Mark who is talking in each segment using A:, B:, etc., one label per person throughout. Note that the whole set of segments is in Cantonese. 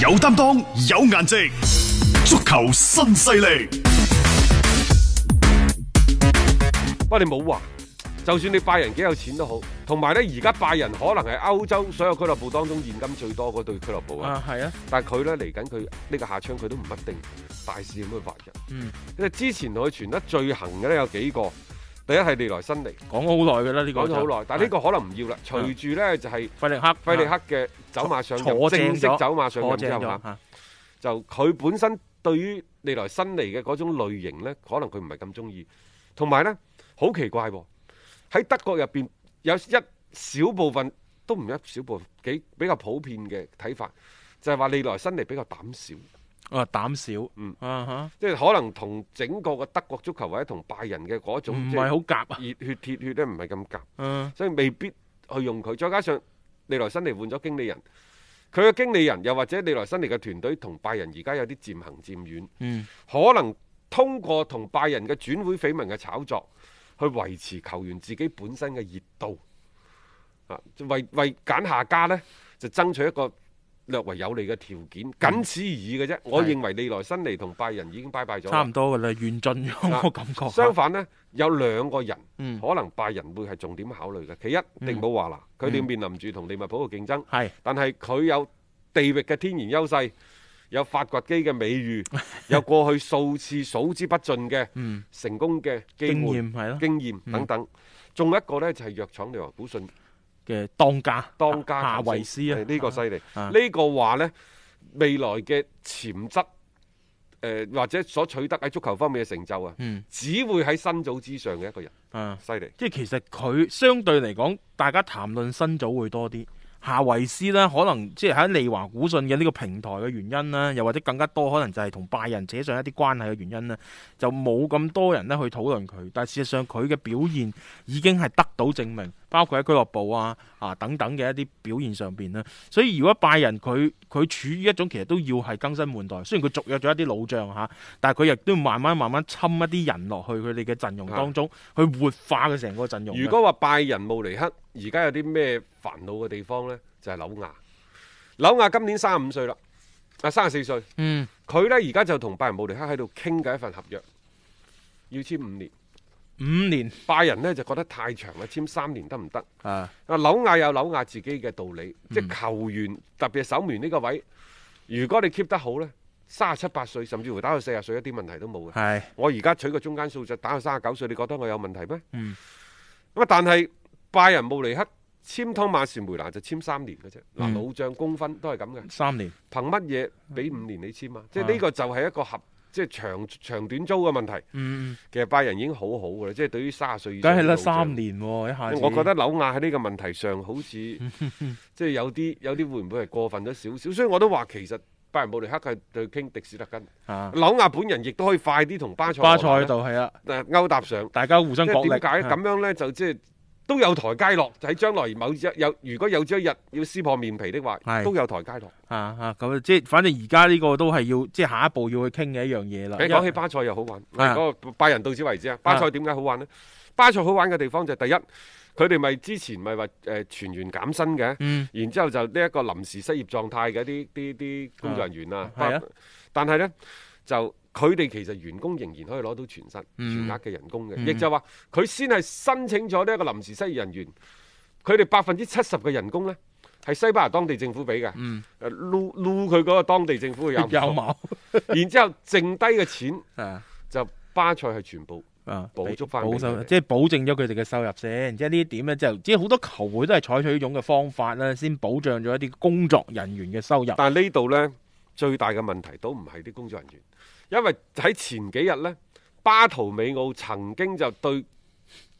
A: 有擔當，有顏值，足球新勢力。
B: 喂，你冇話，就算你拜仁幾有錢都好，同埋呢，而家拜仁可能係歐洲所有俱樂部當中現金最多嗰隊俱樂部啊。
C: 啊，係啊，
B: 但係佢呢，嚟緊佢呢個下窗佢都唔一定大肆咁去發人。
C: 嗯，
B: 因為之前佢傳得最行嘅呢，有幾個，第一係利來新尼，
C: 講咗好耐㗎啦，呢個
B: 講咗
C: 就啊
B: 好耐，但係呢個可能唔要啦。隨住呢，就係
C: 費力克，
B: 費利克嘅走馬上任，
C: 啊坐
B: 正
C: 正
B: 式
C: 咗
B: 走馬上
C: 坐
B: 任
C: 正
B: 之後
C: 咗
B: 啊，
C: 嚇，
B: 就佢本身對於利來新嚟嘅嗰種類型呢，可能佢唔係咁中意。同埋呢，好奇怪喎、喺德國入邊有一小部分都唔一小部分，幾比較普遍嘅睇法，就係話利來新嚟比較膽小，
C: 啊膽小，
B: 嗯
C: 啊
B: 即係可能同整個嘅德國足球或者同拜仁嘅嗰
C: 嚇，
B: 種
C: 唔
B: 即
C: 係
B: 係
C: 好夾啊，
B: 熱血鐵血呢，唔係咁夾。
C: 嗯，
B: 所以未必去用佢。再加上利來新尼換咗經理人，佢嘅經理人又或者利來新尼嘅團隊同拜仁而家有啲漸行漸遠，
C: 嗯
B: 可能通過同拜仁嘅轉會緋聞嘅炒作，去維持球員自己本身嘅熱度，啊，為為揀下家呢，就爭取一個。略為有利嘅條件，僅此而已嘅啫。我
C: 係
B: 認為利來新尼同拜仁已經拜拜咗啦。
C: 嗯差唔多㗎啦，完盡咗我感覺。
B: 相反呢，有兩個人、
C: 嗯
B: 可能拜仁會係重點考慮嘅。其一，迪姆華拿，佢哋面臨住同利物浦嘅競爭，
C: 係
B: 但係佢有地域嘅天然優勢，有發掘機嘅美譽，有過去數次數之不盡嘅
C: 嗯
B: 成功嘅機
C: 經
B: 會、
C: 驗係咯
B: 經驗等等。仲有一個呢，就係藥廠利華古信
C: 嘅當家
B: 當家
C: 夏
B: 球星
C: 維斯啊，
B: 係呢個犀利，
C: 啊
B: 呢個話呢，未來嘅潛質。誒、或者所取得喺足球方面嘅成就啊，
C: 嗯
B: 只會喺新組之上嘅一個人，
C: 啊，
B: 犀利。
C: 即係其實佢相對嚟講，大家談論新組會多啲。夏維斯呢，可能即係喺利華古信嘅呢個平台嘅原因啦，又或者更加多可能就係同拜仁扯上一啲關係嘅原因呢，就冇咁多人呢去討論佢。但係事實上佢嘅表現已經係得到證明，包括喺俱樂部啊啊等等嘅一啲表現上邊啦。所以如果拜仁佢佢處於一種其實都要係更新換代，雖然佢續約咗一啲老將嚇，但係佢亦都要慢慢慢慢侵一啲人落去佢哋嘅陣容當中，去活化佢成個陣容啊嘅。
B: 如果話拜仁慕尼黑而家有啲咩煩惱嘅地方呢？就係、紐亞。紐亞今年三十五歲啦，啊三十四歲，
C: 嗯
B: 佢呢而家就同拜仁慕尼黑喺度傾緊一份合約，要簽五年。
C: 五年
B: 拜仁呢就覺得太長啦，簽三年得唔得？
C: 啊，
B: 啊，紐亞有紐亞自己嘅道理，即係球員特別係守門呢個位，如果你 keep 得好呢，三十七八歲甚至乎打到四十歲一啲問題都冇嘅。
C: 係
B: 我而家取個中間數就打到三十九歲，你覺得我有問題咩？
C: 嗯。
B: 咁啊，但係拜仁慕尼黑簽湯馬士梅拿就簽三年嘅啫。嗱，
C: 嗯
B: 老將公分都係咁嘅，
C: 三年，
B: 憑乜嘢俾五年你簽啊？即係
C: 啊
B: 呢個就係一個合即係長長短租嘅問題。
C: 嗯，
B: 其實拜仁已經好好嘅啦，即係對於三十歲以上
C: 梗
B: 嘅
C: 係啦，
B: 老將
C: 三。年啊喎，一下子
B: 我覺得紐亞喺呢個問題上 好似即係有啲有啲會唔會係過分咗少少？所以我都話其實拜仁慕尼黑係對傾迪斯特根，
C: 啊，
B: 紐亞本人亦都可以快啲同巴塞
C: 巴塞
B: 羅那
C: 喺
B: 呢
C: 度係啊，
B: 誒呃勾搭上，
C: 大家互
B: 即
C: 相角
B: 係
C: 力，
B: 點解咁樣呢？就即係都有台階落，就喺將來某一日有，如果有朝一日要撕破面皮的話，
C: 係
B: 都有台階落。
C: 啊啊咁啊，即係反正而家呢個都係要即係下一步要去傾嘅一樣嘢啦。
B: 誒講起巴塞又好玩，
C: 啊
B: 嗰個拜仁到此為止啊！巴塞點解好玩呢？巴塞好玩嘅地方就係第一，佢哋咪之前咪話誒全員減薪嘅。
C: 嗯
B: 然之後就呢一個臨時失業狀態嘅啲啲啲工作人員啊
C: 啊，係啊
B: 包但係呢，就佢哋其實員工仍然可以攞到全薪、
C: 嗯
B: 全額嘅人工嘅，
C: 嗯
B: 亦就話佢先係申請咗呢一個臨時失業人員，佢哋百分之七十嘅人工呢，係西班牙當地政府俾嘅，
C: 嗯，
B: 誒擼擼佢嗰個當地政府嘅
C: 有
B: 有冇，
C: 冇
B: 然之後剩低嘅錢
C: 啊？
B: 就巴塞係全部。
C: 啊，
B: 補足返
C: 保
B: 俾佢
C: 守
B: 哋
C: 即係保證咗佢哋嘅收入先，即係呢一點咧就即係好多球會都係採取呢種嘅方法啦，先保障咗一啲工作人員嘅收入。
B: 但係呢度呢，最大嘅問題都唔係啲工作人員，因為喺前幾日呢，巴圖美奧曾經就對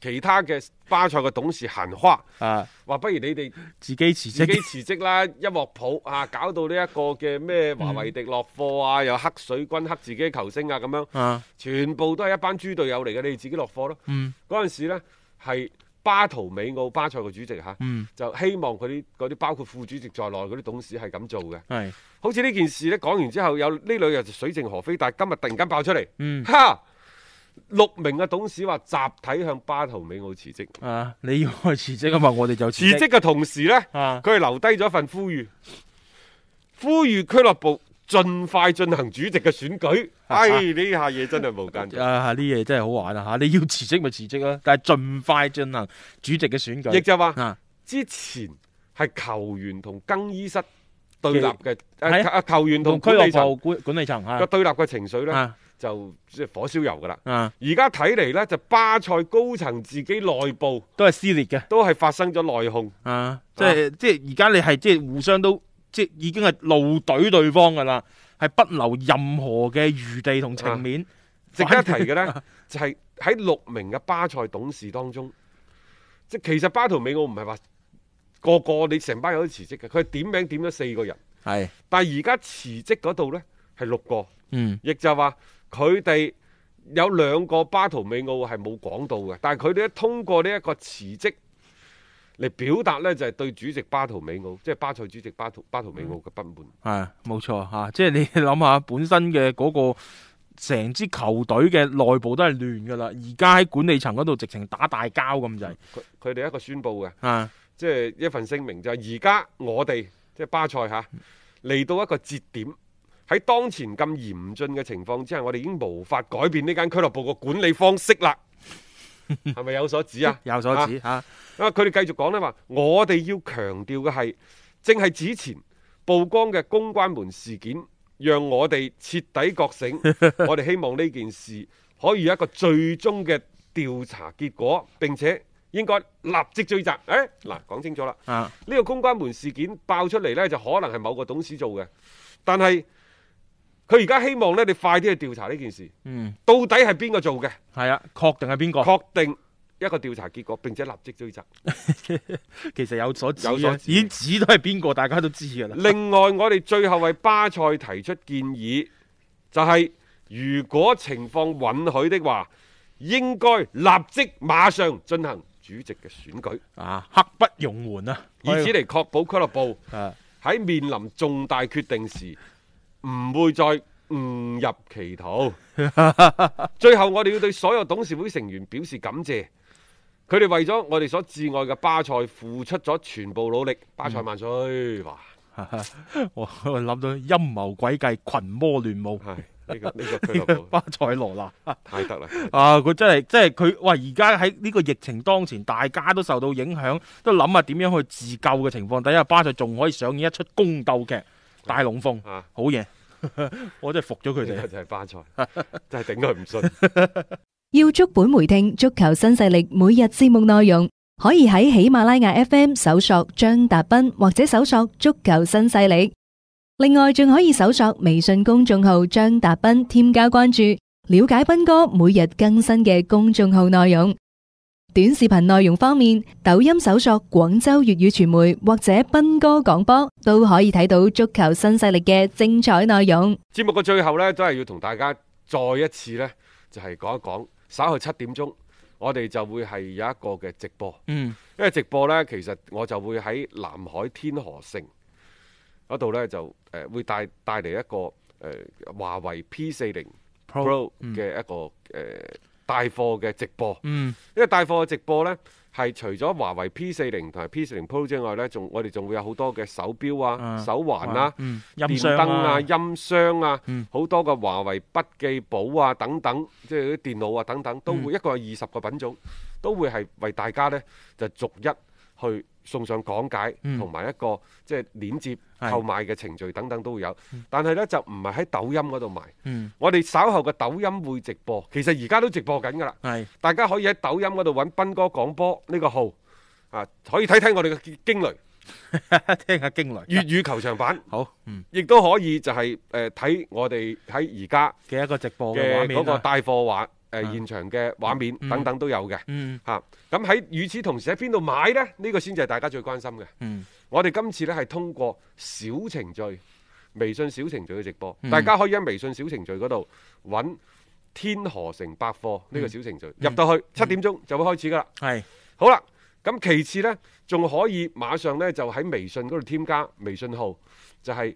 B: 其他嘅巴塞嘅董事閒話，
C: 啊，
B: 話不如你哋
C: 自己辭
B: 自己
C: 職，
B: 辭職啦，一鑊泡啊，搞到呢一個嘅咩華為迪落貨啊，又黑水軍黑自己嘅球星啊咁樣，
C: 啊，
B: 全部都係一班豬隊友嚟嘅，你哋自己落貨咯。
C: 嗯
B: 嗰陣時呢，係巴圖美奧巴塞嘅主席嚇，
C: 嗯，
B: 就希望佢啲嗰啲包括副主席在內嗰啲董事係咁做嘅。
C: 係，
B: 好似呢件事呢，講完之後，有呢兩日就水靜河飛，但係今日突然間爆出嚟，
C: 嗯
B: 哈！六名嘅董事話集體向巴圖美奧辭職，
C: 啊，你要去辭職啊嘛，我哋就辭
B: 辭職嘅同時呢，
C: 啊，
B: 佢係留低咗一份呼籲，呼籲俱樂部盡快進行主席嘅選舉。唉，呢下嘢真係無間 道。
C: 啊，呢嘢真係好玩啊！吓，你要辭職咪辭職啦，但係盡快進行主席嘅選舉。
B: 亦就話
C: 啊，
B: 之前係球員同更衣室對立嘅，
C: 係
B: 誒球員同
C: 同俱
B: 俱樂
C: 樂
B: 部
C: 部管管理層
B: 嘅
C: 吓
B: 對立嘅情緒呢，
C: 啊
B: 就即係火燒油㗎啦。
C: 啊，
B: 而家睇嚟呢，就巴塞高層自己內部
C: 都係撕裂嘅
B: 都係發生咗內訌。
C: 啊，即係即係而家你係即係互相都即係已經係怒懟對方噶啦，係不留任何嘅餘地同情面。
B: 值得一提嘅呢，就係喺六名嘅巴塞董事當中，即係其實巴圖美奧唔係話個個你成班友都辭職嘅，佢係點名點咗四個人，
C: 啊係
B: 但係而家辭職嗰度呢，係六個，
C: 嗯
B: 亦就係話佢哋有兩個巴圖美奧係冇講到嘅，但係佢哋一通過呢一個辭職嚟表達呢，就係對主席巴圖美奧，即係巴塞主席巴圖巴圖美奧嘅不滿。
C: 係啊冇錯吓，即係你諗下本身嘅嗰個。成支球隊嘅內部都係亂噶啦，而家喺管理層嗰度直情打大交咁滯
B: 佢佢哋一個宣佈嘅。
C: 啊！
B: 即係一份聲明，就係而家我哋即係巴塞嚇
C: 嗯
B: 嚟到一個節點，喺當前咁嚴峻嘅情況之下，我哋已經無法改變呢間俱樂部個管理方式 啦。係咪有所指啊？
C: 有所指吓，
B: 啊！佢哋繼續講呢話，我哋要強調嘅係，正係此前曝光嘅公關門事件，讓我哋徹底覺醒。我哋希望呢件事可以有一個最終嘅調查結果，並且應該立即追責。誒、嗱，講清楚啦。
C: 啊
B: 呢個公關門事件爆出嚟呢，就可能係某個董事做嘅，但係佢而家希望呢，你快啲去調查呢件事，
C: 嗯，
B: 到底係邊個做嘅，
C: 係啊，確定係邊個？
B: 確定一個調查結果，並且立即追責。
C: 其實有所指
B: 有所
C: 啊，
B: 指
C: 已經指都係邊個，大家都知 㗎啦。
B: 另外，我哋最後為巴塞提出建議，就係、如果情況允許的話，應該立即馬上進行主席嘅選舉，
C: 啊，刻不容緩啊！
B: 以此嚟確保俱樂部
C: 啊，
B: 喺面臨重大決定時，唔會再誤入歧途。最後，我哋要對所有董事會成員表示感謝，佢哋為咗我哋所摯愛嘅巴塞付出咗全部努力。巴塞萬歲！哇，
C: 我我諗到陰謀詭計、群魔亂 舞，
B: 係呢個呢個俱樂部
C: 巴塞羅那。
B: 太得 啦！
C: 啊！佢真係，真係佢哇！而家喺呢個疫情當前，大家都受到影響，都諗下點樣去自救嘅情況底下，巴塞仲可以上演一出宮鬥劇《大龍鳳》，
B: 啊，
C: 好嘢！ 我真係服咗
B: 呢
C: 佢哋
B: 個。就係巴塞，真係頂佢唔順。
D: 要足本回聽足球新勢力每日節目內容，可以喺喜馬拉雅 FM 搜索張達斌或者搜索足球新勢力。另外，仲可以搜索微信公眾號張達斌，添加關注，了解斌哥每日更新嘅公眾號內容。短視頻內容方面，抖音搜索廣州粵語傳媒或者斌哥廣播，都可以睇到足球新勢力嘅精彩內容。
B: 節目嘅最後呢，都係要同大家再一次呢，就係講一講，稍後七點鐘，我哋就會係有一個嘅直播。
C: 嗯，
B: 因為直播呢，其實我就會喺南海天河城嗰度呢，就誒、呃、會帶帶嚟一個誒、呃、華為 P 四零 Pro
C: 嗯
B: 嘅一個誒、呃、帶貨嘅直播。
C: 嗯
B: 因為帶貨嘅直播呢，係除咗華為 P 四零同埋 P 四零 Pro 之外呢，仲我哋仲會有好多嘅手錶啊、
C: 啊
B: 手環啦、
C: 嗯，
B: 電
C: 音
B: 燈
C: 箱
B: 啊、
C: 啊，
B: 音箱啊
C: 嗯，
B: 好多嘅華為筆記簿啊等等，即係啲電腦啊等等，都會一個係二十個品種，都會係為大家呢就逐一去送上講解，
C: 嗯
B: 同埋一個即係鏈接
C: 係
B: 購買嘅程序等等都會有。但係呢，就唔係喺抖音嗰度賣，
C: 嗯，
B: 我哋稍後嘅抖音會直播，其實而家都直播緊㗎啦。
C: 係
B: 大家可以喺抖音嗰度揾斌哥廣播呢個號啊，可以睇睇我哋嘅驚雷
C: 聽下驚雷。
B: 粵語球場版。
C: 好，嗯
B: 亦都可以就係誒睇我哋喺而家
C: 嘅一個直播嘅畫
B: 嘅
C: 面
B: 嗰個
C: 啊
B: 帶貨畫誒、
C: 啊
B: 現場呃嘅畫面
C: 嗯
B: 等等都有嘅
C: 嗯
B: 嚇。咁喺與此同時喺邊度買呢？呢、個先至係大家最關心嘅。
C: 嗯
B: 我哋今次呢係通過小程序、微信小程序嘅直播，
C: 嗯
B: 大家可以喺微信小程序嗰度揾天河城百貨呢個
C: 嗯
B: 小程序，入到去七點鐘就會開始噶啦。
C: 係
B: 好啦，咁其次呢，仲可以馬上呢，就喺微信嗰度添加微信號，就係、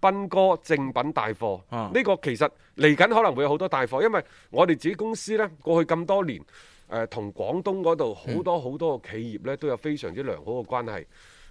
B: 斌哥正品大貨。呢、
C: 啊
B: 個其實嚟緊可能會有好多大貨，因為我哋自己公司呢，過去咁多年，
C: 嗯
B: 誒、同廣東嗰度好多好多嘅企業呢，都有非常之良好嘅關係。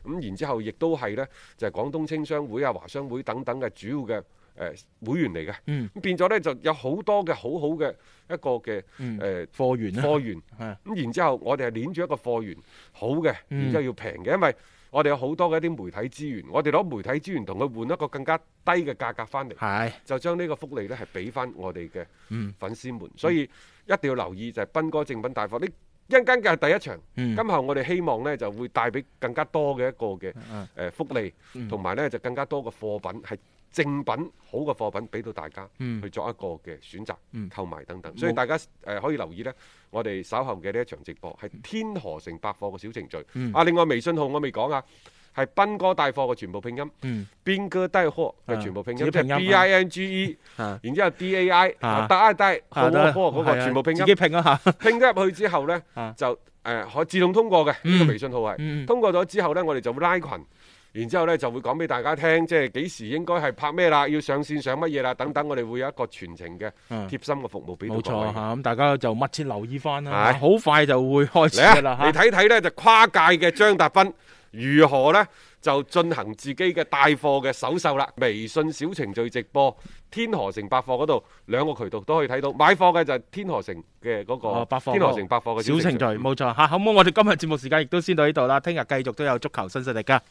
B: 咁然之後亦都係呢，就係、廣東青商會啊、華商會等等嘅主要嘅誒、呃、會員嚟嘅。
C: 嗯
B: 咁變咗呢，就有好多嘅好好嘅一個嘅誒、
C: 嗯
B: 呃
C: 貨源啦，
B: 貨源。
C: 係
B: 咁然之後，我哋係攣住一個貨源好嘅，
C: 嗯
B: 然之後要平嘅，因為我哋有好多嘅一啲媒體資源，我哋攞媒體資源同佢換一個更加低嘅價格翻嚟，
C: 係
B: 就將呢個福利呢係俾翻我哋嘅
C: 嗯
B: 粉絲們。所以一定要留意就係斌哥正品大貨呢一陣間嘅係第一場，
C: 嗯
B: 今後我哋希望呢就會帶俾更加多嘅一個嘅
C: 嗯
B: 誒福利，同埋呢就更加多嘅貨品係正品好嘅貨品俾到大家
C: 嗯
B: 去作一個嘅選擇
C: 嗯、
B: 購買等等。所以大家誒、呃可以留意呢，我哋稍後嘅呢一場直播係天河城百貨嘅小程序。
C: 嗯
B: 啊，另外微信號我未講啊，係斌哥帶貨嘅全部拼音，
C: 嗯
B: 邊哥帶貨
C: 啊
B: 嘅全部拼
C: 自己
B: 音，即係
C: 拼音啊
B: B I N G E，
C: 啊
B: 然之後 D A I，
C: 啊
B: 帶帶
C: 啊
B: 好
C: 得啦
B: 科嗰個
C: 係啊
B: 全部拼音
C: 自己。拼一下，
B: 拼咗入去之後呢
C: 啊，
B: 就誒可自動通過嘅呢
C: 嗯
B: 個微信號
C: 嗯
B: 係通過咗之後呢，我哋就會拉群，然之後呢就會講俾大家聽，即係幾時應該係拍咩啦，要上線上乜嘢啦，等等，我哋會有一個全程嘅
C: 嗯
B: 貼心嘅服務俾到
C: 冇
B: 各位
C: 錯。啊嚇，咁大家就密切留意翻啦，
B: 係
C: 好快就會開始㗎
B: 嚟
C: 啦
B: 啊，
C: 嚇
B: 你。睇睇呢，就跨界嘅張達斌如何呢？就進行自己嘅帶貨嘅搜售啦。微信小程序直播天河城百貨嗰度兩個渠道都可以睇到，買貨嘅就係天河城嘅嗰
C: 哦百
B: 個
C: 貨
B: 天河城百貨嘅
C: 小程序，
B: 序。
C: 冇錯嚇。咁我哋今日節目時間亦都先到呢度啦，聽日繼續都有足球新勢力噶。